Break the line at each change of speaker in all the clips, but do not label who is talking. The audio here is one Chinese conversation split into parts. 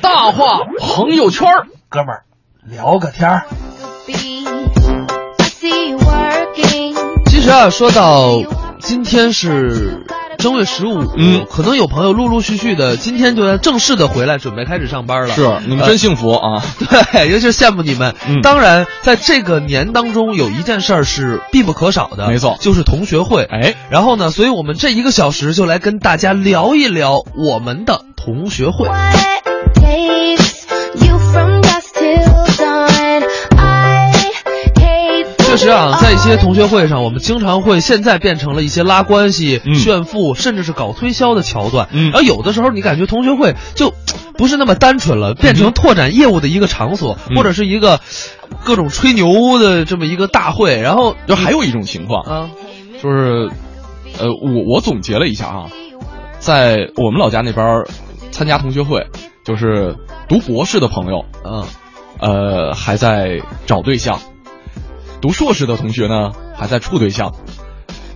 大话朋友圈儿，
哥们儿聊个天儿。
其实啊，说到今天是正月十五，
嗯
可能有朋友陆陆续续的今天就要正式的回来，准备开始上班了。
是你们
呃
真幸福啊！
对，尤其是羡慕你们。
嗯
当然，在这个年当中，有一件事儿是必不可少的，
没错
就是同学会。
哎，
然后呢，所以我们这一个小时就来跟大家聊一聊我们的同学会。确实啊，在一些同学会上，我们经常会现在变成了一些拉关系、
嗯
炫富，甚至是搞推销的桥段。
嗯
然后有的时候你感觉同学会就嘖不是那么单纯了，变成拓展业务的一个场所，
嗯
或者是一个嘶各种吹牛的这么一个大会。然后
就还有一种情况，
啊，
就是，呃，我我总结了一下啊，在我们老家那边儿参加同学会，就是读博士的朋友，
啊，
呃，还在找对象；读硕士的同学呢，还在处对象。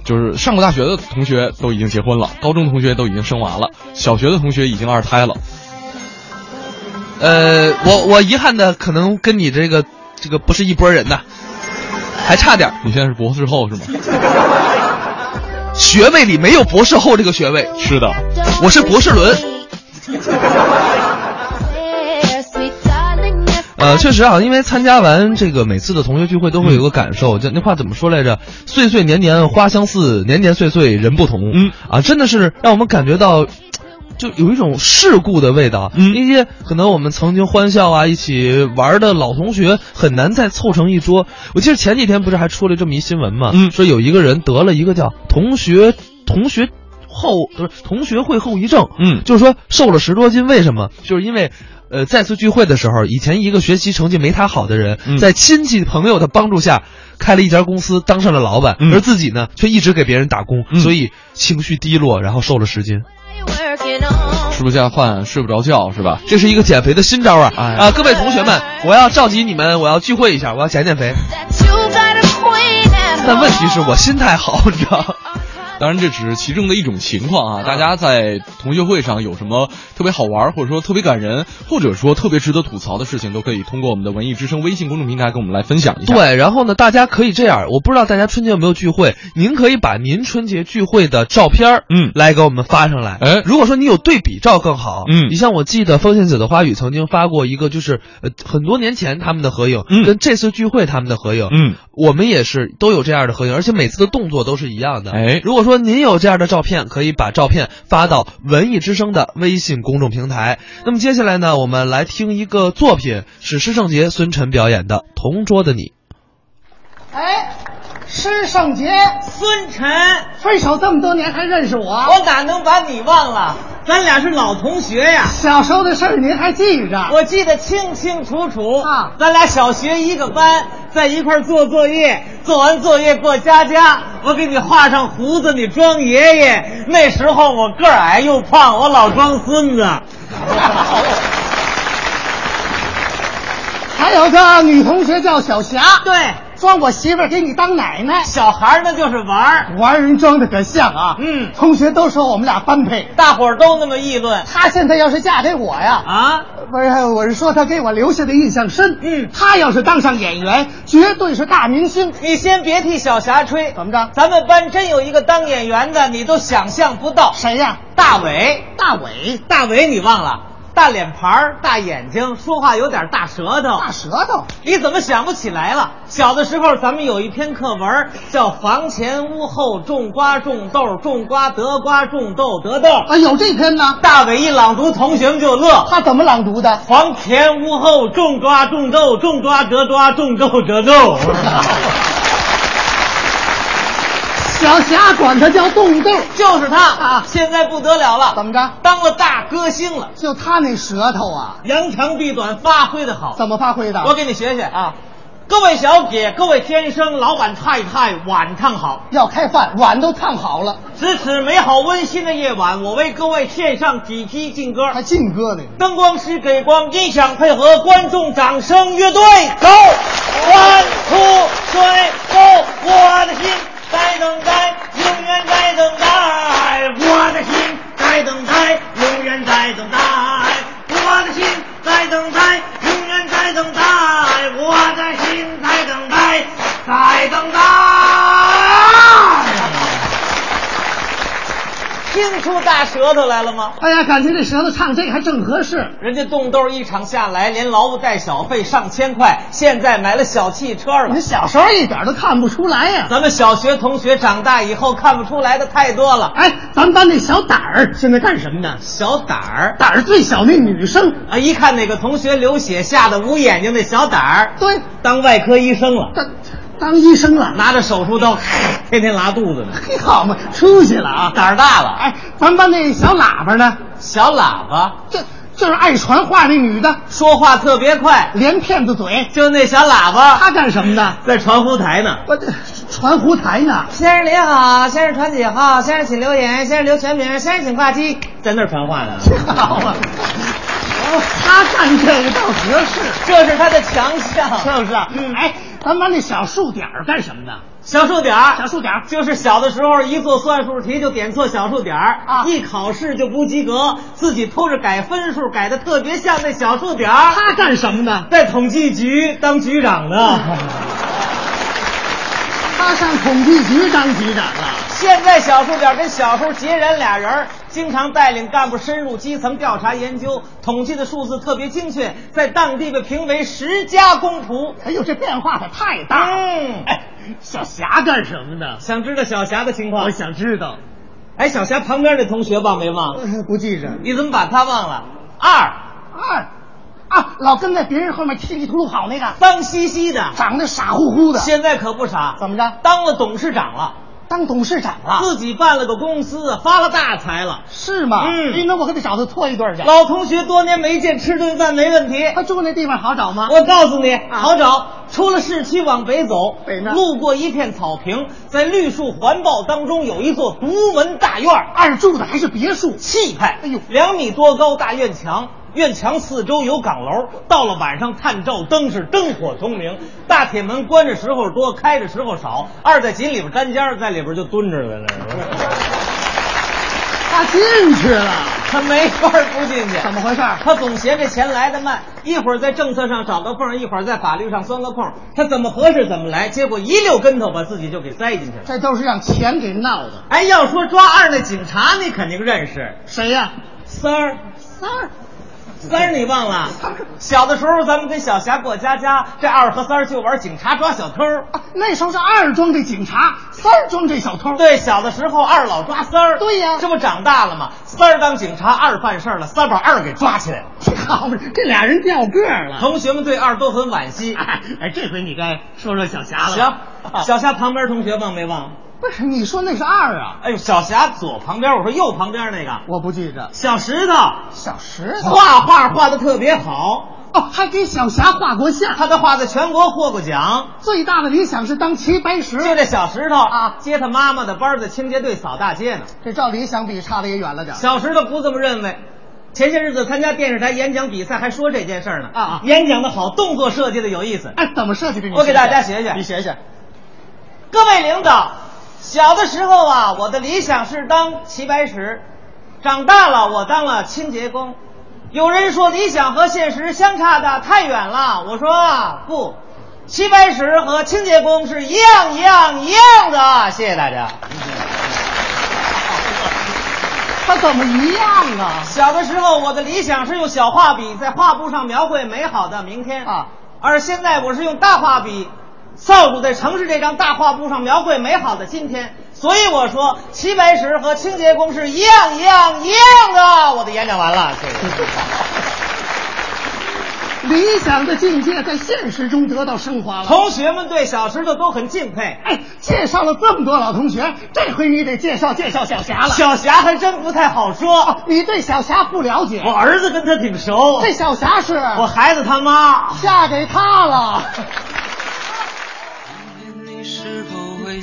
就是上过大学的同学都已经结婚了，高中同学都已经生娃了，小学的同学已经二胎了。
呃，我我遗憾的可能跟你这个这个不是一拨人呐，还差点儿。
你现在是博士后是吗？
学位里没有博士后这个学位。
是的，
我是博士 伦。呃，确实啊，因为参加完这个每次的同学聚会，都会有个感受，就那话怎么说来着？岁岁年年花相似，年年岁岁人不同。
嗯
啊，真的是让我们感觉到。就有一种世故的味道，
嗯
一些可能我们曾经欢笑啊，一起玩的老同学很难再凑成一桌。我记得前几天不是还出了这么一新闻嘛，
嗯
说有一个人得了一个叫同学同学后不是同学会后遗症，
嗯，
就是说瘦了十多斤，为什么？就是因为，呃，再次聚会的时候，以前一个学习成绩没他好的人，
嗯
在亲戚朋友的帮助下，开了一家公司，当上了老板，
嗯
而自己呢，却一直给别人打工，
嗯
所以情绪低落，然后瘦了十斤。
吃不下饭，睡不着觉是吧？
这是一个减肥的新招啊！
哎呀哎
啊，各位同学们，我要召集你们，我要聚会一下，我要减减肥。但
但
问
问
题
题
是
是
我
我
心态好，你知道 吗。
当然，这只是其中的一种情况
嗯
啊。大家在同学会上有什么特别好玩，或者说特别感人，或者说特别值得吐槽的事情，都可以通过我们的文艺之声微信公众平台跟我们来分享一下。，
对，然后呢，大家可以这样，我不知道大家春节有没有聚会，您可以把您春节聚会的照片儿
嗯
来给我们发上来。
哎
如果说你有对比照更好，
嗯
你像我记得风信子的花语曾经发过一个，就是呃很多年前他们的合影，
嗯
跟这次聚会他们的合影，
嗯，
我们也是都有这样的合影，而且每次的动作都是一样的。
哎
如果说您有这样的照片，可以把照片发到文艺之声的微信公众平台。那么接下来呢，我们来听一个作品，是施圣杰、孙晨表演的《同桌的你》。
哎，施圣杰，
孙晨，
分手这么多年还认识我？
我哪能把你忘了？咱俩是老同学呀，
小时候的事儿您还记着？
我记得清清楚楚
啊
咱俩小学一个班，在一块儿做作业，做完作业过家家，我给你画上胡子，你装爷爷。那时候我个儿矮又胖，我老装孙子。
还有个女同学叫小霞，
对，
装我媳妇儿给你当奶奶，
小孩儿那就是玩儿，
玩儿人装的可像啊。
嗯
同学都说我们俩般配。
大伙儿都那么议论
她现在要是嫁给我呀，
啊。
不是，我是说她给我留下的印象深。
嗯
她要是当上演员，绝对是大明星。
你先别替小霞吹，
怎么着
咱们班真有一个当演员的，你都想象不到。
谁呀？
大伟，
大伟，
大伟，你忘了？大脸盘儿，大眼睛，说话有点大舌头
大。舌头。
你怎么想不起来了？小的时候，咱们有一篇课文叫《房前屋后种瓜种豆，种瓜得瓜，种豆得豆》。
啊，有这篇呢。
大伟一朗读，同学们就乐。
她怎么朗读的？
房前屋后种瓜种豆，种瓜得瓜，种豆 得豆。
小霞管她叫冻豆，
就是他
啊
现在不得了了，
怎么着？
当了大歌星了，
就她那舌头啊。
扬长避短，发挥的好。
怎么发挥的？
我给你学学啊。各位小姐，各位先生，老板太太，晚上好！
要开饭，碗都烫好了，
值此美好温馨的夜晚，我为各位献上几期劲歌。
还劲歌呢。
灯光师给光，音响配合，观众掌声，乐队走，one two three go，我的心在等待，永远在等待，我的心在等待，永远在等待，我的心在伸出大舌头来了吗？
哎呀，感情这舌头唱这个还正合适。
人家冻豆一场下来，连劳务带小费上千块，现在买了小汽车了
你。小时候一点都看不出来呀、
咱们小学同学长大以后看不出来的太多了。
哎，咱们班那小胆儿现在干什么呢？
小胆儿
胆儿最小那女生，
啊，一看哪个同学流血，吓得捂眼睛那小胆儿，
对，
当外科医生了，
当当医生了，
拿着手术刀， 天天拉肚子呢。
嘿好嘛，出息了啊！
胆儿大了，
哎，咱们班那小喇叭呢？
小喇叭
就就是爱传话那女的，
说话特别快，
连骗子嘴，
就那小喇叭
她干什么的？
在传呼台呢。
我这传呼台呢？
先生您好，先生传几号？先生请留言，先生留全名，先生请挂机，在那儿传 话呢。
好啊，她干这个倒合适，
这是他的强项。
是不是？嗯，哎，咱们班那小数点儿干什么的？
小数点儿，
小数点儿
就是小的时候一做算术题就点错小数点儿
啊
一考试就不及格，自己偷着改分数，改的特别像那小数点儿。
她干什么的？
在统计局当局长 呢，
她上统计局当局长啊了。
现在小数点跟小数截然俩人儿，经常带领干部深入基层调查研究，统计的数字特别精确，在当地被评为十佳公仆。
哎呦，这变化可太大了！
嗯，
哎，小霞干什么的？
想知道小霞的情况？
我想知道，
哎，小霞旁边那同学忘没忘？
不记着。
你怎么把他忘了？二
二啊，老跟在别人后面稀里糊涂跑那个，
脏兮兮的，
长得傻乎乎的，
现在可不傻，
怎么着？
当了董事长了，
当董事长了？
自己办了个公司，发了大财了。
是吗？
嗯
哎那我可得找他搓一顿去。
老同学多年没见，吃顿饭没问题。
他住那地方好找吗？
我告诉你，好找。出了市区往啊北走，
北呢
路过一片草坪，在绿树环抱当中有一座独门大院哎儿，
二住的还是别墅，
气派。
哎呦
两米多高大院墙，院墙四周有岗楼。到了晚上探照灯是灯火通明，大铁门关着时候多，开着时候少。二在紧里边单间儿，在里边就蹲着了，那是
他进去了，
他没法儿不进去。
怎么回事？
他总嫌这钱来的慢，一会儿在政策上找个缝儿，一会儿在法律上钻个空儿，他怎么合适怎么来，结果一溜跟头把自己就给栽进去了。
这都是让钱给闹的。
哎，要说抓二那警察，你肯定认识
谁呀、
三儿，
三儿，
三儿你忘了？小的时候咱们跟小霞过家家，这二和三儿就玩警察抓小偷。
啊那时候是二装这警察，三儿装这小偷。，
对，小的时候二老抓三儿，
对呀
这不长大了吗？三儿当警察，二犯事儿了，三儿把二给抓起来了。
好嘛，这俩人掉个儿了。
同学们对二都很惋惜。
哎，啊 哎这回你该说说小霞了。哦
行，小霞旁边同学忘没忘？
不是你说那是二啊？
哎呦，小霞左旁边，我说右旁边那个
我不记着。
小石头，
小石头
画画画的特别好，
哦，还给小霞画过像。
他的画在全国获过奖。
最大的理想是当齐白石，
就这小石头啊，接他妈妈的班儿在清洁队扫大街呢。
这照理想比差的也远了点儿。
小石头不这么认为。前些日子参加电视台演讲比赛，还说这件事儿呢。
啊啊
演讲的好，动作设计的有意思。
哎，怎么设计的？你
我给
学学
大家学学
你学学。
各位领导，小的时候啊，我的理想是当齐白石；长大了，我当了清洁工。有人说理想和现实相差的太远了，我说啊不，齐白石和清洁工是一样一样一样的。谢谢大家。
他怎么一样啊？
小的时候，我的理想是用小画笔在画布上描绘美好的明天
啊，
而现在我是用大画笔扫帚在城市这张大画布上描绘美好的今天。所以我说，齐白石和清洁工是一样一样一样的。我的演讲完了，谢谢。
理想的境界在现实中得到升华了。
同学们对小石头都很敬佩，
哎，介绍了这么多老同学，这回你得介绍介绍小霞了。
小霞还真不太好说。
你对小霞不了解，
我儿子跟他挺熟，
这小霞是
我孩子他妈。
嫁给他了。
你是否会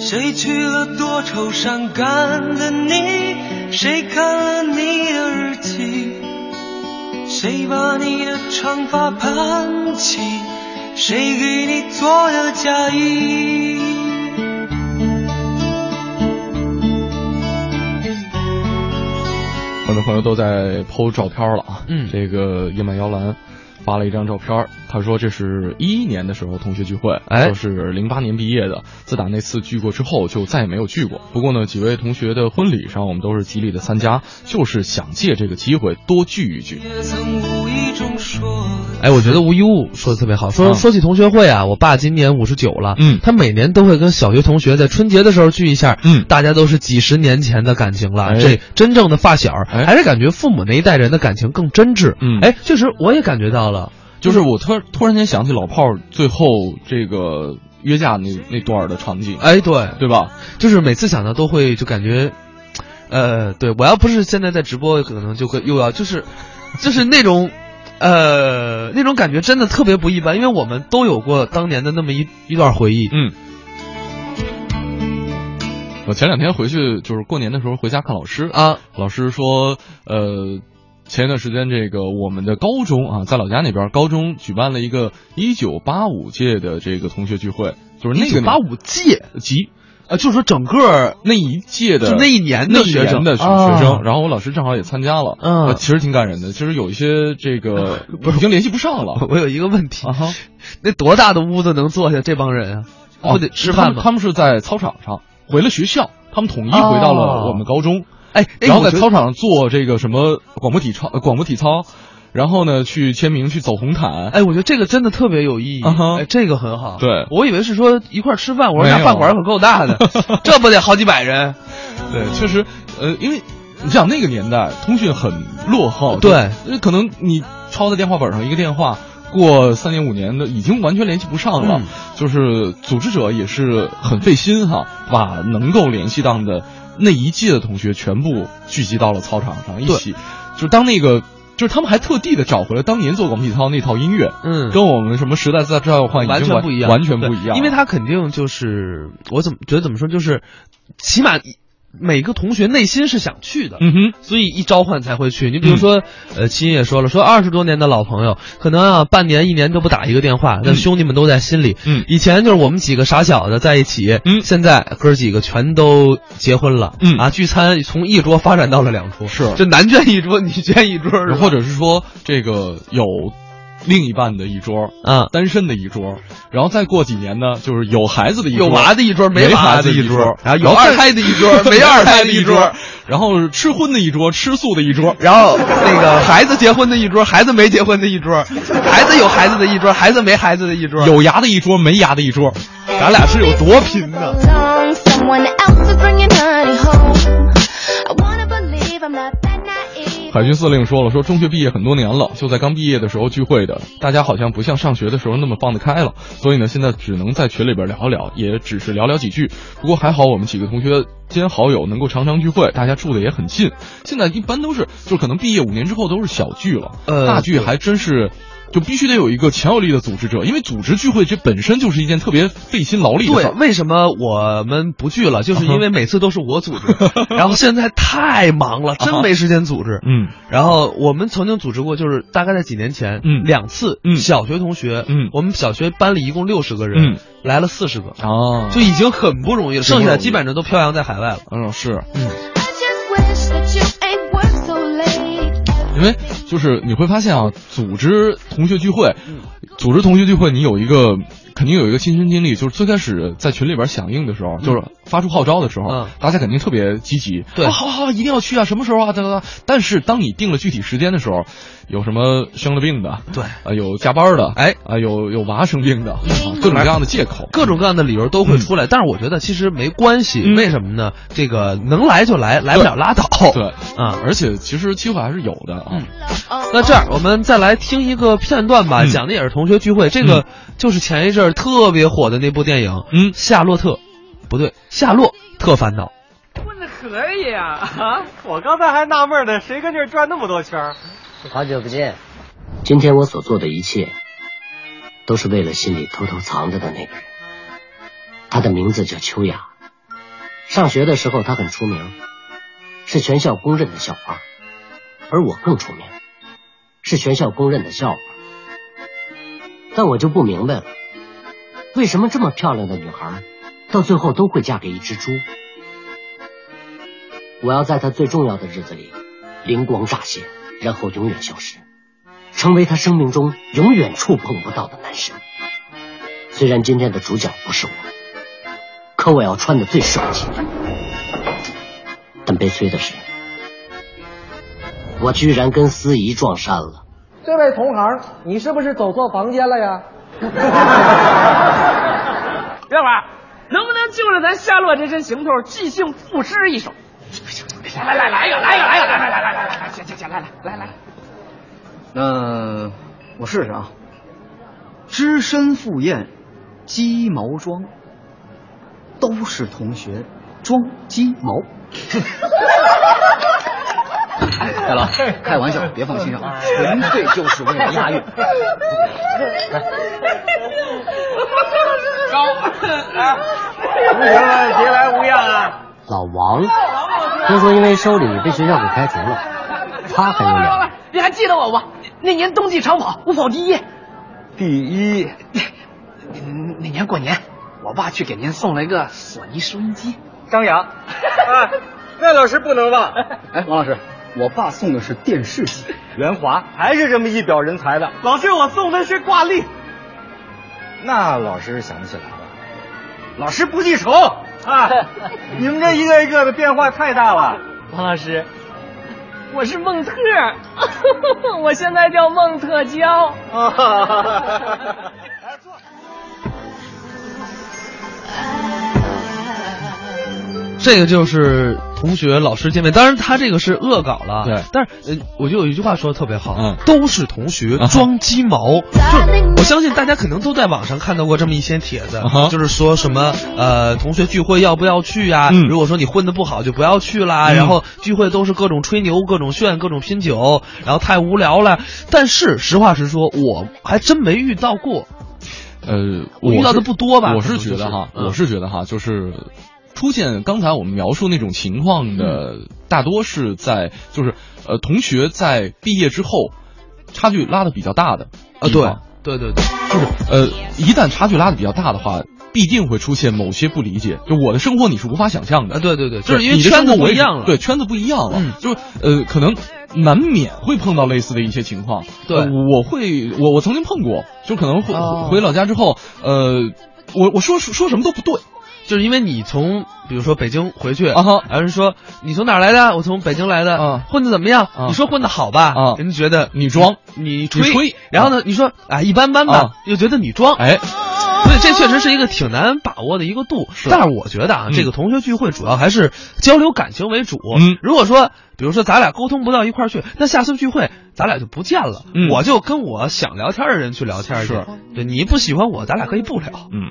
谁娶了多愁善感的你？谁看了你的日记？谁把你的长发盘起？谁给你做的嫁衣？
很多朋友都在剖照片了啊。
嗯
这个叶曼摇篮发了一张照片，他说这是一一年的时候同学聚会，
哎
说是零八年毕业的。自打那次聚过之后，就再也没有聚过。不过呢，几位同学的婚礼上，我们都是极力的参加，就是想借这个机会多聚一聚。
也曾无意中说。
哎，我觉得无一物说的特别好。说
嗯
说起同学会啊，我爸今年五十九了，
嗯
他每年都会跟小学同学在春节的时候聚一下，
嗯
大家都是几十年前的感情了，
哎
这真正的发小，
哎
还是感觉父母那一代人的感情更真挚。
嗯
哎，确实我也感觉到了，
就是我突然突然间想起老炮儿最后这个约架那那段儿的场景，
哎，对，
对吧？
就是每次想到都会就感觉，呃，对我要不是现在在直播，可能就会又要就是，就是那种，呃，那种感觉真的特别不一般，因为我们都有过当年的那么一一段回忆。
嗯。我前两天回去就是过年的时候回家看老师
啊，
老师说，呃，前一段时间这个我们的高中啊，在老家那边高中举办了一个一九八五届的这个同学聚会，就是那个
八五届，
级
啊，就是说整个
那一届的
就那一年的
那一
学生
的学
啊
学生，然后我老师正好也参加了，
嗯
啊其实挺感人的，其实有一些这 个已经联系不上了
我有一个问题，
啊哈，
那多大的屋子能坐下这帮人啊？
哦
不得吃饭
他们
吗？
他们是在操场上回了学校，他们统一回到了我们高中。
哎，哎
然后在
我觉得
操场上做这个什么广播体操，呃广播体操，然后呢去签名，去走红毯。
哎，我觉得这个真的特别有意义，
啊哈
哎，这个很好。
对
我以为是说一块儿吃饭，我说
没
那
有
饭馆可够大 的，这不得好几百人？
对，确实，呃，因为你想那个年代通讯很落后，
对，
就可能你抄在电话本上一个电话。过三年五年的已经完全联系不上了，
嗯
就是组织者也是很费心哈，把能够联系到的那一届的同学全部聚集到了操场上一
对
起，就是当那个就是他们还特地的找回了当年做广播体操那套音乐，
嗯，
跟我们什么时代在召啊唤已经
完全不一样，
完全不一
对
样。
因为他肯定就是我怎么觉得怎么说，就是起码每个同学内心是想去的，
嗯哼，
所以一召唤才会去。你比如说，呃，秦也说了，说二十多年的老朋友，可能啊半年一年都不打一个电话，但兄弟们都在心里。
嗯
以前就是我们几个傻小子在一起，
嗯
现在哥几个全都结婚了，
嗯
啊，聚餐从一桌发展到了两桌，
是
就男眷一桌，女眷一桌，是吧
或者是说这个有另一半的一桌，
啊，
单身的一桌，然后再过几年呢，就是有孩子的一桌，
有娃的一桌，
没
娃
的
一
桌，
然后有
再
二胎的一桌，没二胎的一桌。，
然后吃荤的一桌，吃素的一桌。
然后那个孩子结婚的一桌，孩子没结婚的一桌，孩子有孩子的一桌，孩子没孩子的一桌，
有牙的一桌，没牙的一桌，咱俩是有多拼呢？海军司令说了，说中学毕业很多年了，就在刚毕业的时候聚会的，大家好像不像上学的时候那么放得开了，所以呢，现在只能在群里边聊一聊，也只是聊聊几句。不过还好，我们几个同学间好友能够常常聚会，大家住的也很近。现在一般都是，就可能毕业五年之后都是小聚了，
呃
大聚还真是。就必须得有一个强有力的组织者，因为组织聚会这本身就是一件特别费心劳力的事
对，
儿。
为什么我们不聚了？就是因为每次都是我 组织，然后现在太忙了，真没时间组织。
嗯，
然后我们曾经组织过，就是大概在几年前，
嗯
两次，
嗯
小学同学，
嗯
我们小学班里一共六十个人，
嗯
来了四十个，
啊，
就已经很不容易了，
挺
剩
不容易
下的基本上都漂洋在海外了。
嗯是，因
因为
为就是你会发现啊，组织同学聚会，
嗯
组织同学聚会，你有一个肯定有一个亲身经历，就是最开始在群里边响应的时候，就是发出号召的时候，
嗯
大家肯定特别积极，
对
啊，好好好，一定要去啊，什么时候啊，哒哒哒。但是当你定了具体时间的时候，有什么生了病的，
对
啊、有加班的，
哎嗯
啊、有有娃生病的，啊各种各样的借口，
各种各样的理由都会出来，但是我觉得其实没关系，
嗯
为什么呢？这个能来就来，来不了拉倒。
对
啊。
而且其实机会还是有的啊。
嗯那这样，我们再来听一个片段吧，
嗯
讲的也是同学聚会。这个就是前一阵儿特别火的那部电影《
嗯
夏洛特》，不对，《夏洛特烦恼》。
混的可以啊！啊，我刚才还纳闷呢，谁跟这儿转那么多圈儿？
好久不见。今天我所做的一切，都是为了心里偷偷藏着的那个人。他的名字叫秋雅。上学的时候，他很出名，是全校公认的校花，而我更出名，是全校公认的笑话。但我就不明白了，为什么这么漂亮的女孩，到最后都会嫁给一只猪？我要在她最重要的日子里灵光乍现，然后永远消失，成为她生命中永远触碰不到的男神。虽然今天的主角不是我，可我要穿的最帅气。但悲催的是，我居然跟司仪撞衫了。
这位同行，你是不是走错房间了呀？
月娃，能不能就着咱夏洛这身行头，即兴赋诗一首？来来来一个，来一个，来一个，来来来来来来，行行行，来来来来。
嗯，我试试啊。只身赴宴，鸡毛装，都是同学装鸡 毛。大佬，开玩笑，别放心上，纯粹就是为了押韵。
高
啊！同学们别来无恙啊！
老王，听说因为收礼被学校给开除了，他很有脸。
你还记得我不？那年冬季长跑，我跑第一。
第一，
那年过年，我爸去给您送了一个索尼收音机。
张扬， 啊，那倒是不能忘。
哎，王老师，我爸送的是电视机。
袁华还是这么一表人才的。老师，我送的是挂历。
那老师想不起来了。
老师不记仇啊！你们这一个一个的变化太大了。
王老师，我是孟特， 我现在叫孟特娇。
这个就是同学、老师见面，当然他这个是恶搞了，对。但是，呃，我就有一句话说的特别好，
嗯
都是同学装鸡
啊
毛。就我相信大家可能都在网上看到过这么一些帖
啊
子，就是说什么呃，同学聚会要不要去呀、
嗯
如果说你混的不好，就不要去啦。然后聚会都是各种吹牛、各种炫、各种拼酒，然后太无聊了。但是实话实说，我还真没遇到过。
呃，
我遇到的
是
不多吧
我是
可能就
觉得哈，
是嗯
我是觉得哈，就是出现刚才我们描述那种情况的，
嗯
大多是在就是呃，同学在毕业之后差距拉的比较大的
啊，
地
对
方，
对对对，
就是呃，一旦差距拉的比较大的话。必定会出现某些不理解，就我的生活你是无法想象的。
啊对对对就是因为
你的生
圈子
活
不
我也
一
是
样了嗯
对圈子不一样了，就是呃，可能难免会碰到类似的一些情况。
对
呃我会，我我曾经碰过，就可能会、
哦
回老家之后，呃，我我说说什么都不对，
就是因为你从比如说北京回去，
啊哈啊
然后人说你从哪儿来的？我从北京来的，混的怎么样？你说混的好吧？人家觉得
你装，
你
你
吹，
吹
然后呢，你说啊一般般吧
啊，
又觉得你装，
哎。
所以这确实是一个挺难把握的一个度，但是我觉得
嗯
啊，这个同学聚会主要还是交流感情为主。嗯，如果说，比如说咱俩沟通不到一块儿去，那下次聚会咱俩就不见了，
嗯
我就跟我想聊天的人去聊天去。对，你不喜欢我，咱俩可以不聊。
嗯，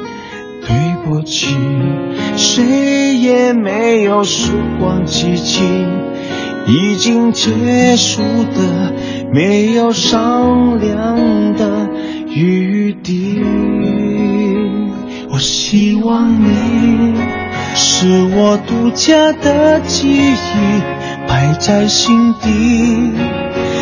对不起，谁也没有时光机器，已经结束的，没有商量的余地。我希望你是我独家的记忆，摆在心底。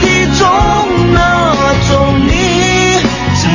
体中拿走你。在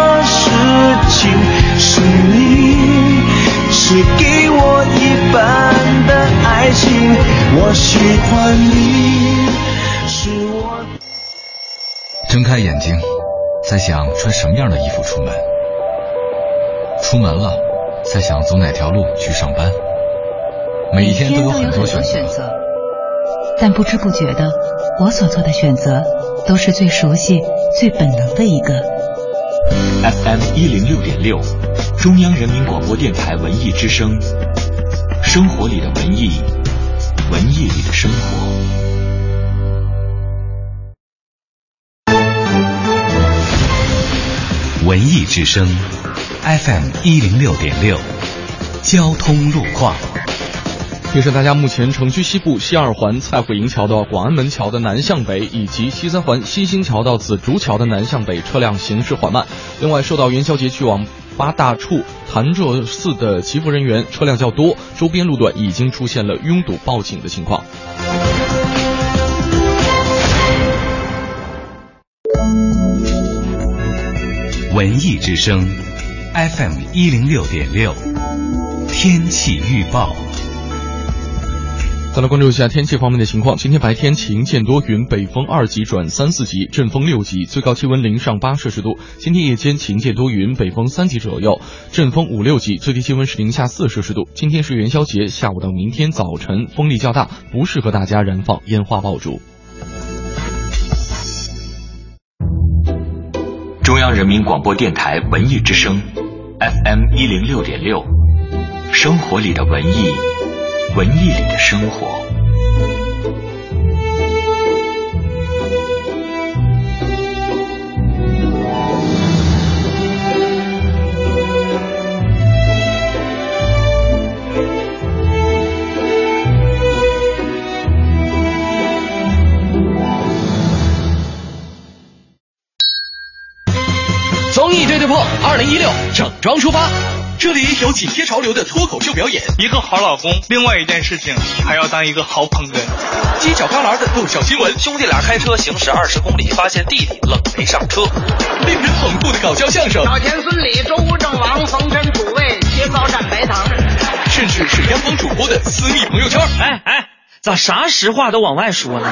事情是你，是给我一半的爱情。我喜欢你，是我。
睁开眼睛，在想穿什么样的衣服出门；出门了，在想走哪条路去上班。每一天都有很多选择，
但不知不觉的，我所做的选择都是最熟悉、最本能的一个。
FM 一零六点六，中央人民广播电台文艺之声，生活里的文艺，文艺里的生活。
文艺之声，FM 一零六点六，交通路况。
提示大家，目前城区西部西二环蔡慧营桥到广安门桥的南向北，以及西三环西新桥到紫竹桥的南向北车辆行驶缓慢。另外，受到元宵节去往八大处、潭柘寺的祈福人员车辆较多，周边路段已经出现了拥堵报警的情况。
文艺之声，FM 一零六点六，天气预报。
再来关注一下天气方面的情况。今天白天晴见多云，北风二级转三四级，阵风六级，最高气温零上八摄氏度。今天夜间晴见多云，北风三级左右，阵风五六级，最低气温是零下四摄氏度。今天是元宵节，下午到明天早晨风力较大，不适合大家燃放烟花爆竹。
中央人民广播电台文艺之声，FM 一零六点六，生活里的文艺，文艺里的生活。
综艺对对碰，二零一六整装出发。这里有紧贴潮流的脱口秀表演，
一个好老公，另外一件事情还要当一个好捧哏。
犄角旮旯的爆笑新闻，
兄弟俩开车行驶二十公里，发现弟弟冷没上车。
令人捧腹的搞笑相声，
老田、孙李、周吴、郑王、冯陈、楚卫、薛高、占白糖，
甚至是央广主播的私密朋友圈。
哎哎，咋啥实话都往外说呢？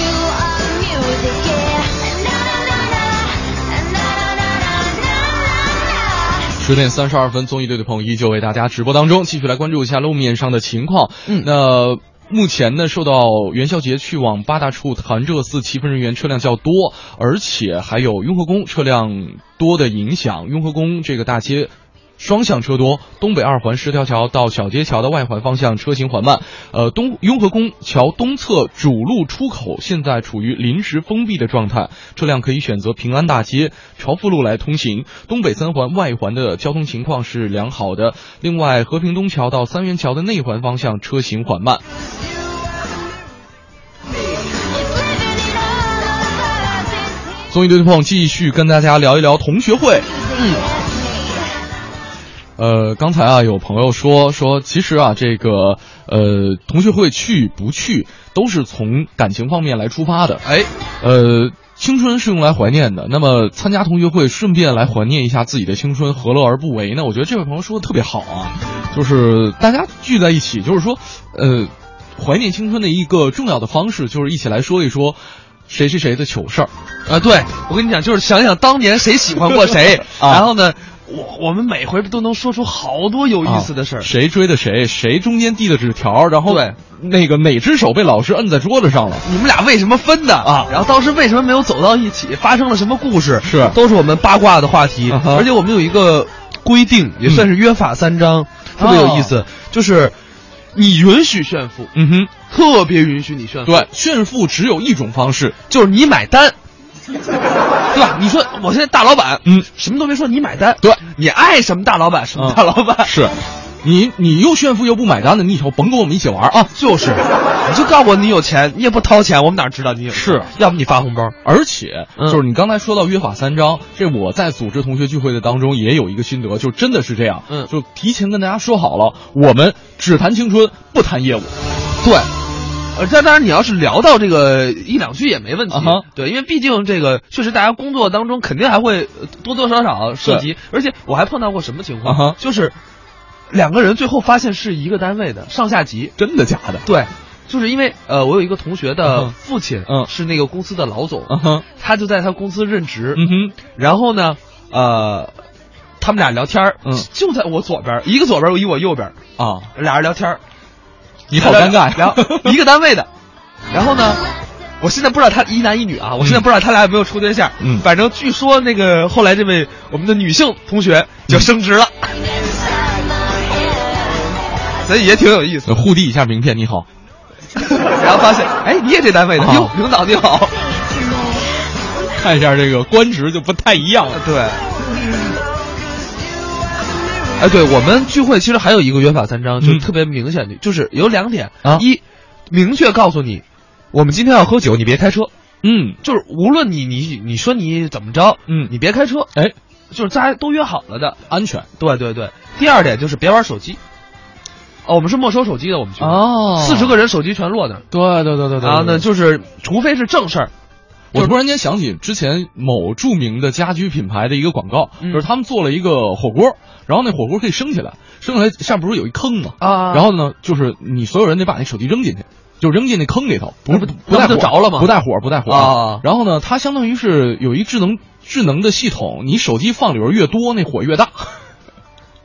Oh,
十点三十二分，综艺对对碰依旧为大家直播当中，继续来关注一下路面上的情况。嗯，那。目前呢，受到元宵节去往八大处、潭柘寺祈福人员车辆较多，而且还有雍和宫车辆多的影响。雍和宫这个大街双向车多，东北二环十条桥到小街桥的外环方向车行缓慢。呃，东雍和宫桥东侧主路出口现在处于临时封闭的状态，车辆可以选择平安大街、朝富路来通行。东北三环外环的交通情况是良好的。另外，和平东桥到三元桥的内环方向车行缓慢。综艺对对碰继续跟大家聊一聊同学会。嗯，呃，刚才啊，有朋友说说，其实啊，这个呃，同学会去不去，都是从感情方面来出发的。哎，呃，青春是用来怀念的，那么参加同学会，顺便来怀念一下自己的青春，何乐而不为呢？我觉得这位朋友说的特别好啊，就是大家聚在一起，就是说，呃，怀念青春的一个重要的方式，就是一起来说一说。谁谁谁的糗事儿，
啊，对我跟你讲，就是想想当年谁喜欢过谁， 啊、然后呢，我我们每回都能说出好多有意思的事儿、啊。
谁追的谁，谁中间递的纸条，然后那个哪只手被老师摁在桌子上了？
你们俩为什么分的啊？然后当时为什么没有走到一起？发生了什么故事？
是
都是我们八卦的话题，啊、而且我们有一个规定，也算是约法三章，嗯、特别有意思，就是。你允许炫富，
嗯哼，
特别允许你炫富。
对，炫富只有一种方式，
就是你买 单，对吧？你说我现在大老板，嗯，什么都没说，你买单，
对，
你爱什么大老板什么大老板、嗯、
是。你你又炫富又不买单的，你以后甭跟我们一起玩啊！
就是， 你就告诉我你有钱，你也不掏钱，我们哪知道你有？
是，
要不你发红包。
而且、嗯、就是你刚才说到约法三章，这我在组织同学聚会的当中也有一个心得，就真的是这样，
嗯，
就提前跟大家说好了，我们只谈青春，不谈业务。
对。呃，但当然，你要是聊到这个一两句也没问题，对，因为毕竟这个确实大家工作当中肯定还会呃多多少少涉及，而且我还碰到过什么情况，就是。两个人最后发现是一个单位的上下级，
真的假的？
对，就是因为呃，我有一个同学的父亲是那个公司的老总，他就在他公司任职。
嗯哼，
然后呢，呃，他们俩聊天儿，就在我左边，一个左边，一我右边
嗯啊，
俩人聊天儿，
你好尴尬，
然后一个单位的，然后呢，我现在不知道他一男一女啊，我现在不知道他俩有没有处对象，
嗯，
反正据说那个后来这位我们的女性同学
嗯
就升职了。所以也挺有 意思，
互呃递一下名片，你好。
然后发现，哎，你也这单位的
啊
哟，领导你好。
看一下这个官职就不太一样了，
对。哎，对我们聚会其实还有一个约法三章，就特别明显的，
嗯、
就是有两点
啊，
一，明确告诉你，我们今天要喝酒，你别开车。
嗯，
就是无论你你你说你怎么着，
嗯，
你别开车。
哎，
就是大家都约好了的，
安全。
对对对。第二点就是别玩手机。哦，我们是没收手机的，我们去
哦，
四十个人手机全落那儿。
对对对对对。
然后呢，就是除非是正事儿。
我突然间想起之前某著名的家居品牌的一个广告，
嗯、
就是他们做了一个火锅，然后那火锅可以升起来，升起来下面不是有一坑吗？
啊。
然后呢，就是你所有人得把那手机扔进去，就扔进那坑里头，不是不带
火着了吗？
不带火，不带火
啊。
然后呢，它相当于是有一智能智能的系统，你手机放里边越多，那火 越大。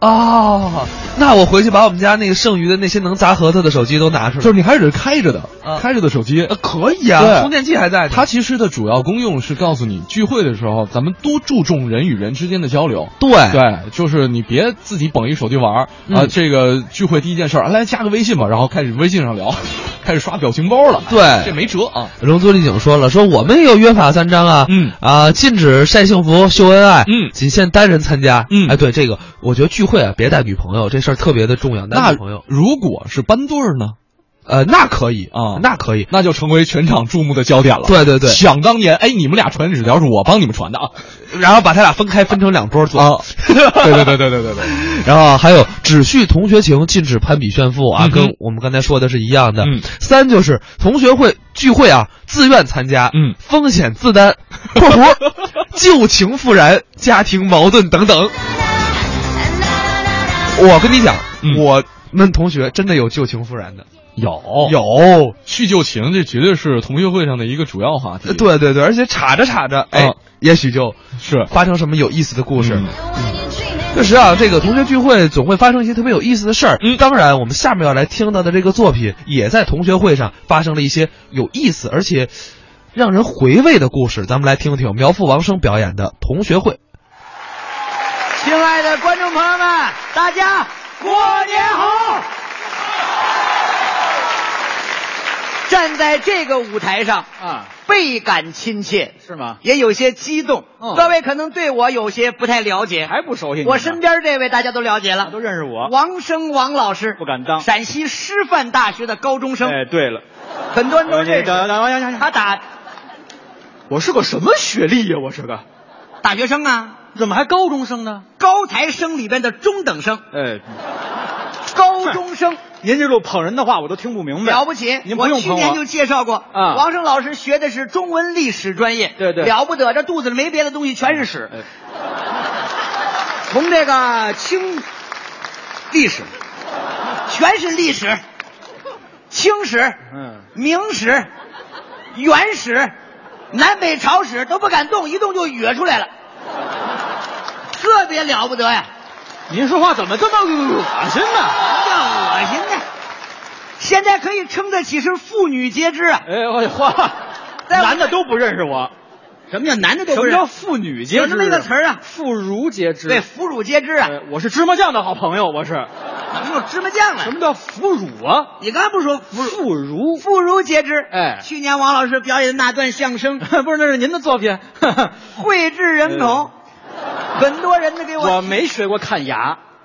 哦，那我回去把我们家那个剩余的那些能砸核桃的手机都拿出来。
就是你还是开着的，啊、开着的手机、
啊、可以啊，充电器还在。
它其实的主要功用是告诉你，聚会的时候咱们多注重人与人之间的交流。
对
对，就是你别自己捧一手机玩儿、
哎嗯、
啊。这个聚会第一件事，来加个微信吧，然后开始微信 上聊，开始刷表情包了。
对，
这没辙啊。
龙族丽景说了，说我们也有约法三章啊，
嗯
啊，禁止晒幸福、秀恩爱，
嗯，
仅限单人参加，
嗯，
哎，对这个，我觉得聚会。会啊，别带女朋友，这事儿特别的重要。
那
朋友
如果是班队儿呢？
呃，那可以
啊，
那可 以，
那就成为全场注目的焦点了。
对对对，
想当年，哎，你们俩传纸条是我帮你们传的啊，
然后把他俩分开，分成两波做。
啊，对对对对对对 对。
然后还有只叙同学情，禁止攀比炫富
嗯
啊，跟我们刚才说的是一样的。三就是同学会聚会啊，自愿参加，
嗯，
风险自担（括弧旧情复燃、家庭矛盾等等）。我跟你讲，
嗯、
我们同学真的有旧情复燃的，
有
有
叙旧情，这绝对是同学会上的一个主要话题。
对对对，而且查着查着，哎，
啊、
也许就是发生什么有意思的故事。 确实、嗯嗯、啊，这个同学聚会总会发生一些特别有意思的事儿。
嗯，
当然，我们下面要来听到的这个作品，也在同学会上发生了一些有意思而且让人回味的故事。咱们来听听苗阜王声表演的《同学会》。
亲爱的。的观众朋友们，大家
过年好！
站在这个舞台上
啊，
倍感亲切，
是吗？
也有些激动。
嗯
各位可能对我有些不太了解，
还不熟悉你呢啊
我身边这位大家都了解了，
都认识我
王生王老师，
不敢当
陕西师范大学的高中生，
哎，对了，
很多人都认识。
哎等等
他打
我是个什么学历呀、我是个，
大学生啊，
怎么还高中生呢？
高材生里边的中等生，
哎，
高中生。
您这路捧人的话我都听不明白。
了不起！
您不
我
用
去
捧
年就介绍过
啊
王生老师学的是中文历史专业，
对对
了不得，这肚子里没别的东西，全是史。
哎
从这个清历史，全是历史，清史、
嗯，
明史、元史、南北朝史都不敢动，一动就哕出来了，特别了不得呀！
您说话怎么这么恶心呢？
叫恶心的。现在可以称得起是妇女皆知啊！
哎，我的话，
在我
男的都不认识我，
什么叫男的都
什
不
么
认
叫妇女皆知？
有这么一个词儿啊
妇孺皆知。
对，腐乳皆知啊！
哎我是芝麻酱的好朋友，我 是。
怎么有芝麻酱了？
什么叫腐乳啊？
你刚才不是说
妇孺，
妇孺皆知？
哎
去年王老师表演的那段相 声
不是那是您的作 品，哎
脍炙人口，啊很多人都给我
我没学过看牙。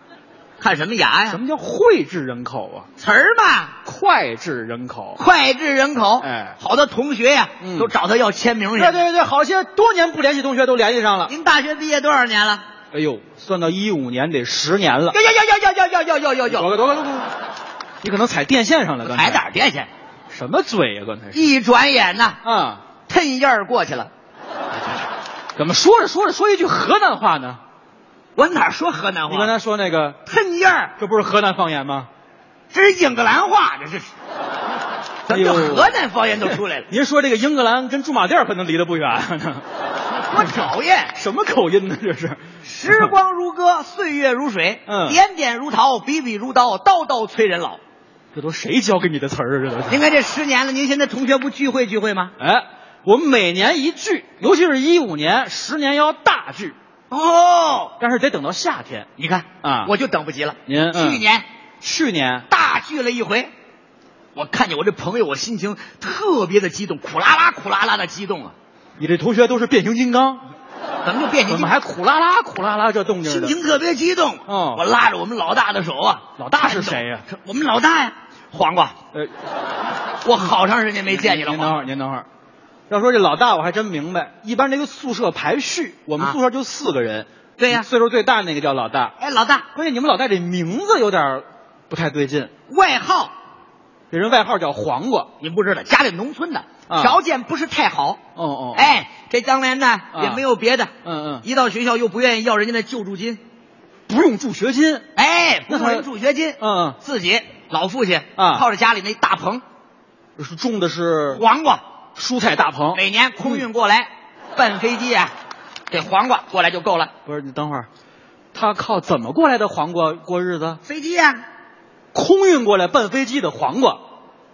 看什么牙呀？
什么叫脍炙人口啊？
词儿嘛，
脍炙人口。
脍炙人口。
哎
好多同学呀
嗯
都找他要签名去。
对对对对，好些多年不联系同学都联系上了。
您大学毕业多少年了？
哎呦，算到一五年得十年了
要。要要要要要要要要要
多个多个多个，你可能踩电线上了。刚才
踩哪儿电线？
什么嘴呀、刚才是
一转眼呐，
啊？
腾燕儿过去了。
怎么说着说着说一句河南话呢？
我哪儿说河南
你刚
话？
才说那个，
腾燕儿，
这不是河南方言吗？
这是英格兰话，这是。怎么就
哎呦
河南方言都出来了
？您说这个英格兰跟驻马店儿可能离得不远呢。
多讨厌！
什么口音呢？这是
时光如歌，岁月如水，
嗯哎
点点如桃，笔笔如刀，刀刀催人老。
这都谁教给你的词儿啊？这都
您
是。
看这十年了，您现在同学不聚会聚会吗？
哎，我们每年一聚，尤其是一五年，十年要大聚，
哦，
但是得等到夏天。
你看
啊
我就等不及了。
您嗯
去年
去年
大聚了一回，我看见我这朋友，我心情特别的激动，苦啦啦苦啦啦的激动啊！
你这同学都是变形金刚，
怎么就变
怎
形
么
金
还
刚？
苦啦啦苦啦啦这动静
心
呢？
情特别激动。
哦
我拉着我们老大的手啊，
老大是谁呀
我们老大呀，黄瓜。
呃，
我好长时间没见你了，
您等
黄
会
瓜。
儿，您等会儿。要说这老大，我还真明白。一般这个宿舍排序，我们
啊
宿舍就四个人。
对呀
岁数最大那个叫老大。
哎，老大，
关键你们老大这名字有点儿不太对劲，
外号
这人外号叫黄瓜。
您不知道，家里农村的，
啊
条件不是太好。
哦哦，，啊
哎，这当年呢也没有别的，
嗯嗯，
一到学校又不愿意要人家的救助金，
不用助学金。
哎，
那
不用
他
人助学金，
嗯
自己老父亲
啊
靠着家里那大棚
嗯，是种的是
黄瓜，
蔬菜大棚。
每年空运
嗯
过来，半飞机啊，这黄瓜过来就够了。
不是，你等会儿，他靠怎么过来的黄瓜过日子？
飞机呀，
空运过来半飞机的黄瓜，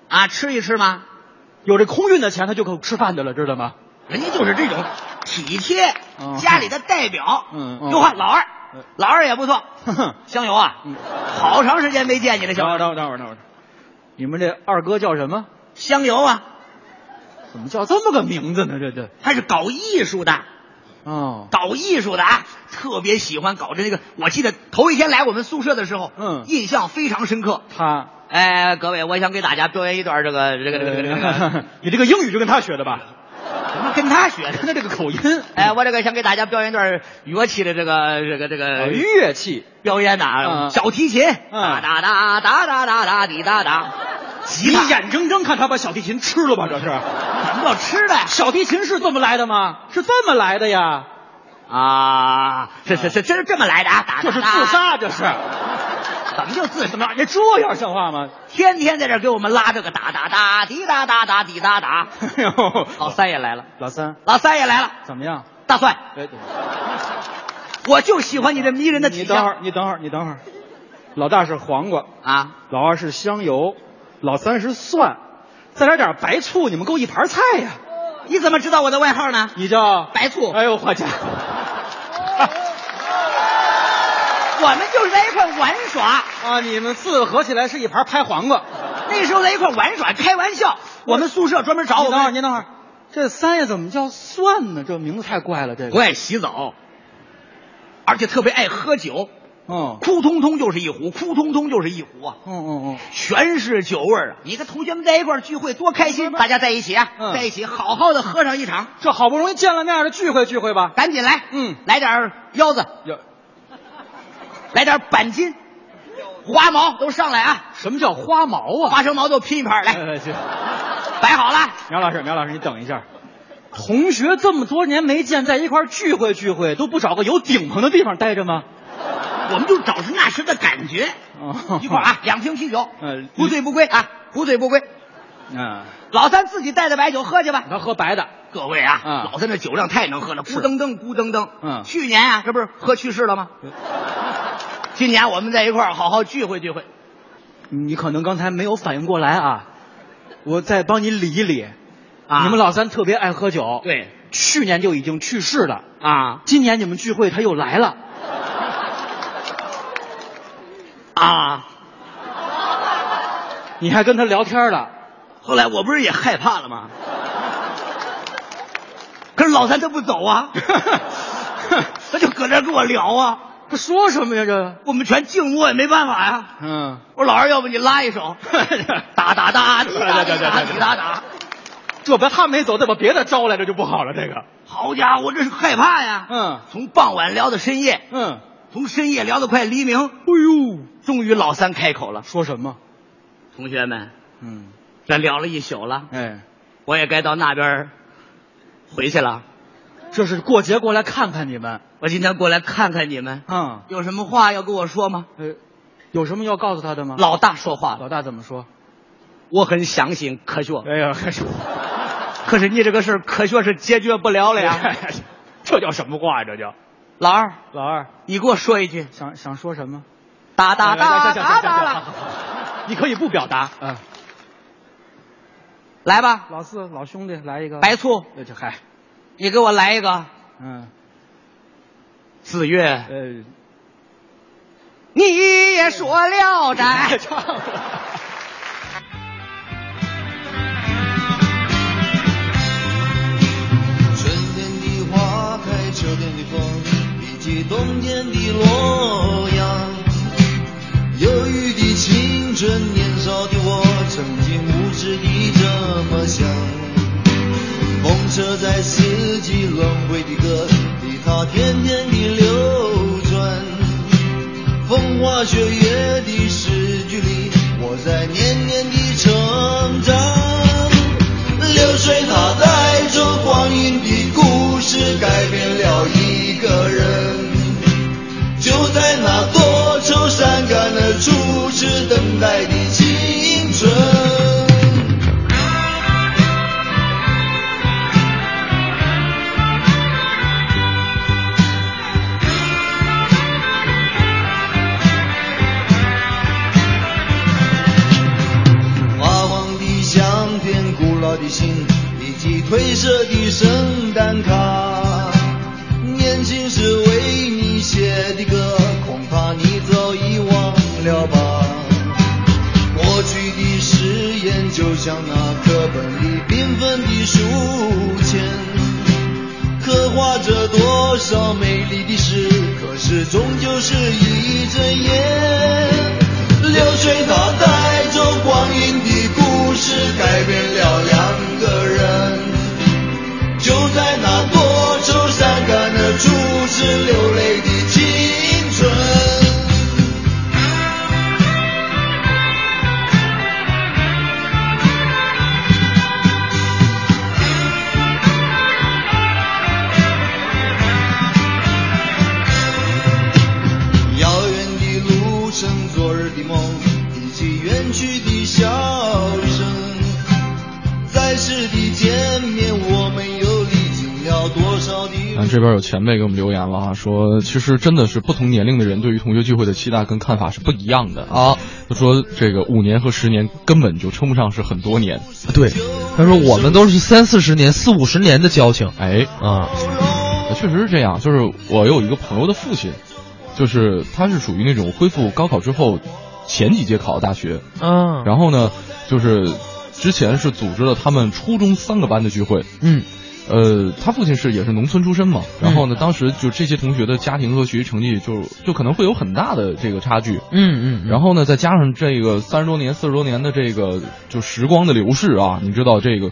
啊，吃一吃嘛，
有这空运的钱，他就够吃饭的了，知道吗？
人家就是这种体贴
哦，
家里的代表。
嗯嗯
哟呵，老二
嗯，
老二也 不错
哼哼。
香油啊
嗯，
好长时间没见你了，
等
香
会儿，
油。
等会儿，等会儿，等会儿。你们这二哥叫什么？
香油啊，
怎么叫这么个名字呢？这这
他是搞艺术的，
哦，
搞艺术的啊，特别喜欢搞这那个。我记得头一天来我们宿舍的时候，
嗯
印象非常深刻。
他
哎，各位，我想给大家表演一段这个这个这个这个 这个，
你这个英语就跟他学的吧？
什么 跟他学
看他
的？
这个口音，
哎，我这个想给大家表演一段乐器的这个这个这
呃，
个
乐器
表演的啊，
嗯
小提琴，哒
嗯
哒哒哒哒哒哒滴哒哒，吉
你
他，
眼睁睁看他把小提琴吃了吧？这是
什么叫吃的呀？
小提琴是这么来的吗？是这么来的呀？
啊，这这这这是这么来的啊？哒
这
哒
是
哒
自杀，这是
怎么就自杀？
那这样像话 吗？
天天在这儿给我们拉这个哒哒哒滴哒哒哒滴哒哒。
哎呦，
老三也来了，
老三
老三也来了，
怎么样？
大蒜，
哎，
我就喜欢你这迷人的
你
体
等会
香
儿，你等会儿，你等会儿。老大是黄瓜，
啊！
老二是香油，老三是蒜，再来点白醋，你们够一盘菜呀！哎
哦你怎么知道我的外号呢？
你叫
白 醋
哎呦，我家
哦我们就是在一块玩耍。
啊，你们四个合起来是一盘拍黄瓜。
那时候在一块玩耍，开玩笑。我们宿舍专门找我
您等会儿，
们，
您等会儿，这三爷怎么叫蒜呢？这名字太怪了，这个
不爱洗澡，而且特别爱喝酒。
嗯，
哭通通就是一壶，哭通通就是一壶啊！
嗯嗯嗯，
全是酒味儿啊！你跟同学们在一块儿聚会多开心，大家在一起啊，
嗯
在一起好好的喝上一场，
这好不容易见了面的聚会聚会吧。
赶紧来，
嗯，
来点儿腰子，
有
来点儿板筋，花毛都上来啊！
什么叫花毛啊？
花生毛豆拼一盘儿来，
哎，行，
摆好了。
苗老师，苗老师，你等一下。同学这么多年没见，在一块儿聚会聚会，都不找个有顶棚的地方待着吗？
我们就找是那时的感觉，
哦
一块儿啊，两瓶啤酒，
嗯
不醉不归啊，不醉不归。
嗯，
老三自己带的白酒喝去吧。
他喝白的，
各位啊，
嗯
老三这酒量太能喝了，咕
是
噔噔，咕噔噔。
嗯
去年啊，这不是喝去世 了吗？今年我们在一块儿好好聚会聚会。
你可能刚才没有反应过来啊，我再帮你理一理。
啊
你们老三特别爱喝酒，
对
去年就已经去世了，
啊
今年你们聚会他又来了，
啊！
你还跟他聊天了，
后来我不是也害怕了吗？可是老三他不 走啊，他就搁这儿跟我聊啊。
他说什么呀？这，
我们全静默也没办法呀、
嗯，
我说老二，要不你拉一 首，哒哒哒，滴答滴答滴答答。
这把他没走，再把别的招来，这就不好了。这个，
好家伙，这是害怕呀！
嗯
从傍晚聊到深夜，
嗯，
从深夜聊到快黎明，
哎呦，
终于老三开口了。
说什么？
同学们，
嗯，
这聊了一宿了，
哎，
我也该到那边回去了。
这是过节过来看看你们，
我今天过来看看你们，
嗯，
有什么话要跟我说吗？
呃，有什么要告诉他的吗？
老大说话了，
老大怎么说？
我很相信科学，
哎呀，还是
可是你这个事儿科学是解决不了了呀。
这叫什么话呀？这叫
老二，
老二
你给我说一句，
想想说什么？
哒哒
行
哒
行行
哒
行
哒
行
了
好。好好你可以不表达。嗯，
来吧，
老四老兄弟来一个
白醋，
那就嗨，
你给我来一个。
嗯
子月，
呃，
你也说了斋，
唱了。
春天的花开，秋天的风，以及冬天的洛阳。忧郁的青春，年少的我，曾经无知地这么想。风车在四季轮回的歌里，它天天地流转。风花雪月的诗句里，我在年年地成长。流水它带着光阴的故事，改变了一个人。就在那多愁善感而初次等待的青春。发黄的相片、古老的信，以及褪色的圣诞卡。年轻时为你写的歌，恐怕你早已忘了吧。过去的誓言，就像那课本里缤纷的书签，刻画着多少美丽的诗，可是终究是一阵烟。流水它带走光阴的故事，改变了两个人。就在那多愁善感而初次流泪的青春。遥远的路程，昨日的梦，以及远去的笑声。在世的见面，我们又历经了多少的
看这边有前辈给我们留言了啊，说其实真的是不同年龄的人对于同学聚会的期待跟看法是不一样的啊。他说这个五年和十年根本就称不上是很多年，
对，他说我们都是三四十年、四五十年的交情
哎，
啊，
确实是这样。就是我有一个朋友的父亲，就是它是属于那种恢复高考之后前几届考的大学，
嗯，
然后呢，就是之前是组织了他们初中三个班的聚会，
嗯。
呃，他父亲是也是农村出身嘛，然后呢，当时就这些同学的家庭和学习成绩就就可能会有很大的这个差距，
嗯嗯，
然后呢，再加上这个三十多年、四十多年的这个就时光的流逝啊，你知道这个，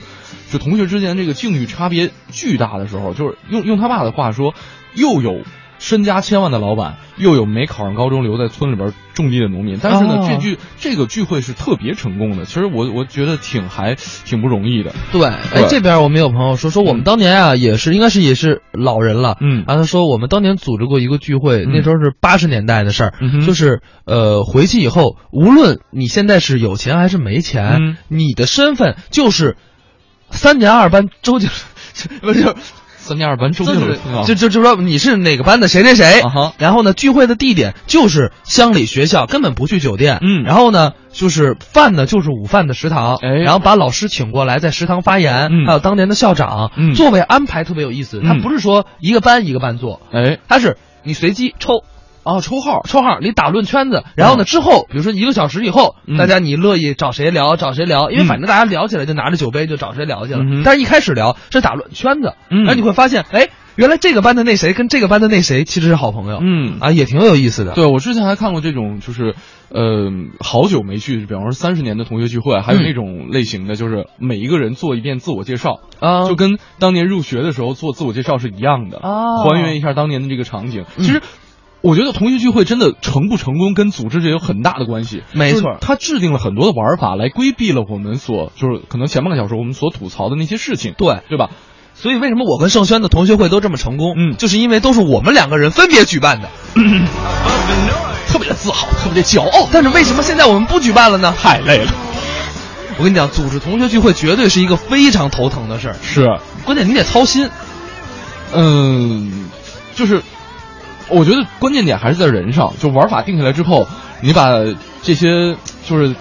就同学之间这个境遇差别巨大的时候，就是用用他爸的话说，又有身家千万的老板，又有没考上高中留在村里边种地的农民，但是呢，
哦
这句这个聚会是特别成功的，其实我我觉得挺还挺不容易的，
对，哎，这边我们有朋友说说我们当年啊也是应该是也是老人了，啊
嗯，
然后他说我们当年组织过一个聚会，那时候是八十年代的事儿，就是呃回去以后，无论你现在是有钱还是没钱，你的身份就是三年二班周杰， 不是。
三年二班周杰
就
伦
是啊
啊
就就就说你是哪个班的谁谁谁，然后呢聚会的地点就是乡里学校，根本不去酒店。嗯，哎然后呢就是饭呢就是午饭的食堂，然后把老师请过来在食堂发言，还有当年的校长，座位安排特别有意思，他不是说一个班一个班坐，
哎，
他是你随机抽。哦，抽号，抽号，你打论圈子，然
嗯
后呢，之后比如说一个小时以后，大家你乐意找谁聊找谁聊，因
嗯
为反正大家聊起来就拿着酒杯就找谁聊去了。但是一开始聊是打论圈子，
嗯
然后你会发现，哎，原来这个班的那谁跟这个班的那谁其实是好朋友。
嗯
啊，也挺有意思的。
对我之前还看过这种，就是呃，好久没去，比方说三十年的同学聚会，
嗯
还有那种类型的，就是每一个人做一遍自我介绍
啊，
就跟当年入学的时候做自我介绍是一样的
哦
还原一下当年的这个场景。
嗯
其实。我觉得同学聚会真的成不成功跟组织者有很大的关系，
没错
就是他制定了很多的玩法来规避了我们所就是可能前半个小时我们所吐槽的那些事情，
对
对吧？
所以为什么我跟盛轩的同学会都这么成功？嗯，就是因为都是我们两个人分别举办 的，特别的自豪，特别的骄傲。但是为什么现在我们不举办了呢？太累了。我跟你讲，组织同学聚会绝对是一个非常头疼的事儿。
是，
关键你得操心。
嗯，就是我觉得关键点还是在人上，就玩法定下来之后，你把这些就是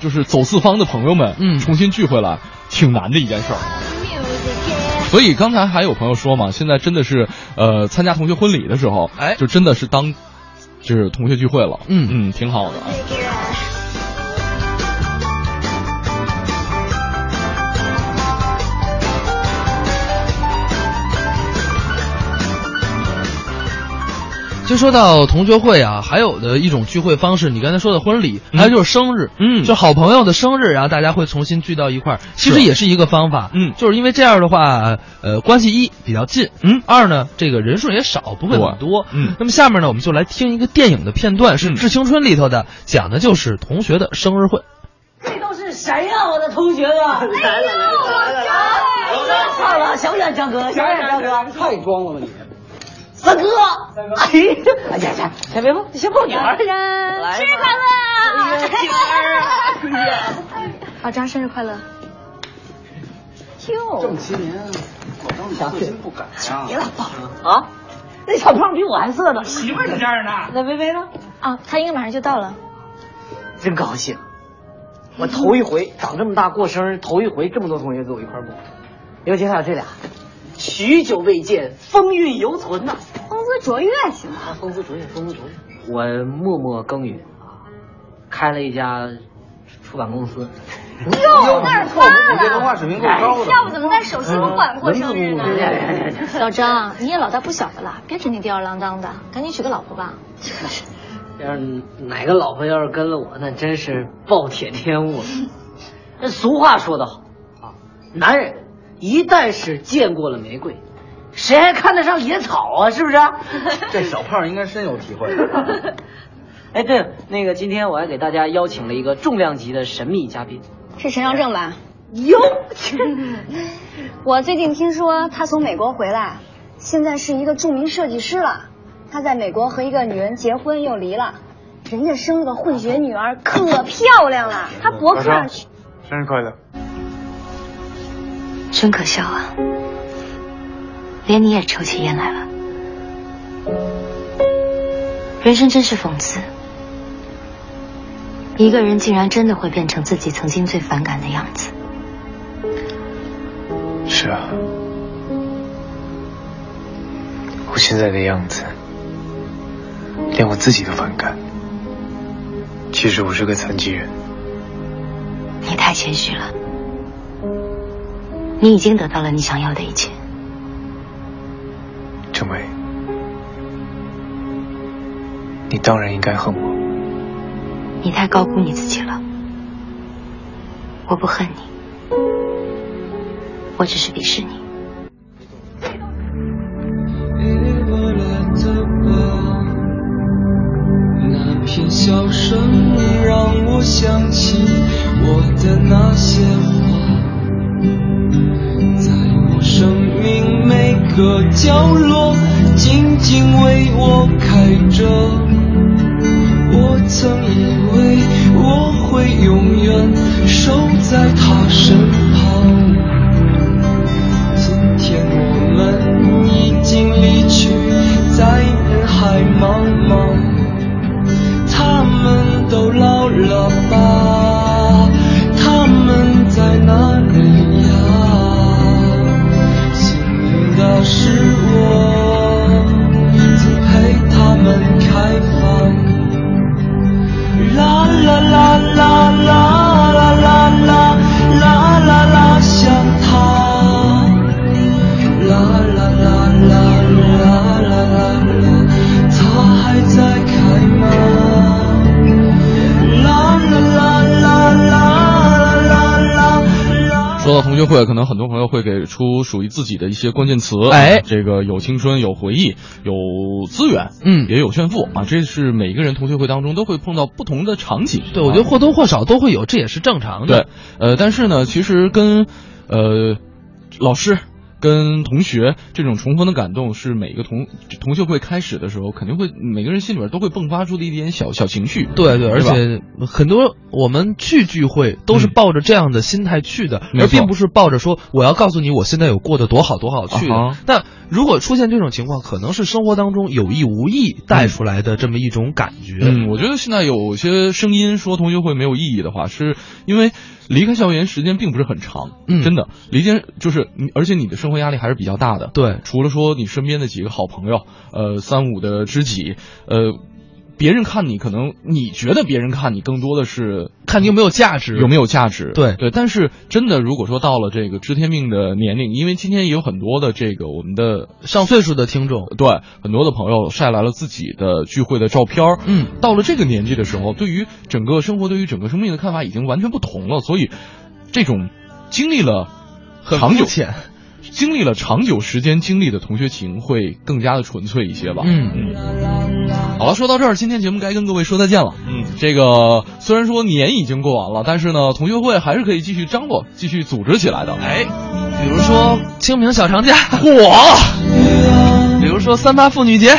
就是走四方的朋友们，嗯，重新聚回来，挺难的一件事儿。所以刚才还有朋友说嘛，现在真的是呃，参加同学婚礼的时候，
哎，
就真的是当就是同学聚会了，
嗯
嗯，挺好的啊。
其实说到同学会啊，还有的一种聚会方式，你刚才说的婚礼，还有就是生日，嗯，就好朋友的生日，然后大家会重新聚到一块儿，其实也是一个方法，嗯，就是因为这样的话，呃，关系一比较近，嗯，二呢，这个人数也少，不会很多，嗯，那么下面呢，我们就来听一个电影的片段，是《致青春》里头的，讲的就是同学的生日会。
这都是谁呀、我的同学啊！来了来了来了！算了，小远江哥，小远江哥，太装了吧你！三哥，哎呀，哎呀呀，先别碰，先碰鸟儿。
生日
哎呀
快
静儿啊
乐！老哎啊张生日快乐！哟，
这么些年，我当小心不敢啊！别老抱
啊，
那小胖比我还色呢。
媳妇儿在这
儿呢。那薇薇呢？
啊，他应该马上就到了。
真高兴！我头一回长这么大过生日，头一回这么多同学跟我一块儿过，尤其还有这俩，许久未见，风韵犹存呐、
风姿卓越行吗？
啊，风姿卓越，风姿卓越。我默默耕耘啊，开了一家出版公司。
哟，那是他了。
你这文化水平够高的
要不怎么在手心不管过生日呢
嗯文字？
老哎张，你也老大不小的了，别整天吊儿郎当的，赶紧娶个老婆吧。
要是哪个老婆要是跟了我，那真是暴殄天物了。那俗话说得好啊，男人一旦是见过了玫瑰，谁还看得上野草啊？是不是？
这小胖应该深有体会。
哎，对了，那个今天我还给大家邀请了一个重量级的神秘嘉宾，
是陈绍正吧？
哟，
我最近听说他从美国回来，现在是一个著名设计师了。他在美国和一个女人结婚又离了，人家生了个混血女儿，可漂亮了。他博客上去，
生日快乐！
真可笑啊，连你也抽起烟来了。人生真是讽刺，一个人竟然真的会变成自己曾经最反感的样子。
是啊，我现在的样子，
连我自己都反感。其实我是个残疾人。
你太谦虚了，你已经得到了你想要的一切。
郑伟，你当然应该恨我。
你太高估你自己了。我不恨你，我只是鄙视你。
那片笑声让我想起我的那些花，在我生命每个角落，静静为我开着。我曾以为我会永远守在她身旁，今天我们已经离去，在人海茫茫。他们都老了吧？他们在哪里呀？幸运的是我，曾陪他们开放。啦啦啦啦啦啦啦啦啦啦啦，想他。啦啦啦啦啦啦啦啦，他还在开吗？啦啦啦啦啦啦啦啦。
说到同学会，可能很多朋友会给出属于自己的一些关键词，
哎
这个有青春，有回忆，有资源，
嗯，
也有炫富啊，这是每个人同学会当中都会碰到不同的场景。啊
对，我觉得或多或少都会有，这也是正常的。
对，呃，但是呢，其实跟呃老师。跟同学这种重逢的感动，是每个同同学会开始的时候，肯定会每个人心里边都会迸发出的一点小小情绪。
对对，而
吧嗯
且很多我们去聚会都是抱着这样的心态去的，
没
而
错
并不是抱着说我要告诉你我现在有过得多好多好去的。
啊哈
那如果出现这种情况，可能是生活当中有意无意带出来的这么一种感觉。
嗯，我觉得现在有些声音说同学会没有意义的话，是因为离开校园时间并不是很长，
嗯
真的离间就是你，而且你的生活压力还是比较大的。
对，
除了说你身边的几个好朋友，呃，三五的知己，呃。别人看你，可能你觉得别人看你，更多的是
看你有没有价值，
有没有价值。
对
对，但是真的，如果说到了这个知天命的年龄，因为今天也有很多的这个我们的
上岁数的听众，
对很多的朋友晒来了自己的聚会的照片儿。
嗯，
到了这个年纪的时候，对于整个生活、对于整个生命的看法已经完全不同了，所以这种经历了
很
长
肤
久
浅。
经历了长久时间经历的同学情会更加的纯粹一些吧。
嗯
好了，说到这儿，今天节目该跟各位说再见了。嗯，这个虽然说年已经过完了，但是呢，同学会还是可以继续张罗、继续组织起来的。
哎，比如说清明小长假，
嚯！
比如说三八妇女节，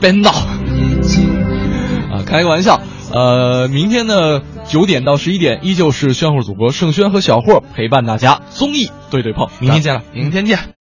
别闹！啊，开个玩笑。呃，明天呢，九点到十一点，依旧是炫酷主播盛轩和小霍陪伴大家，综艺对对碰，明天见了。
明天见。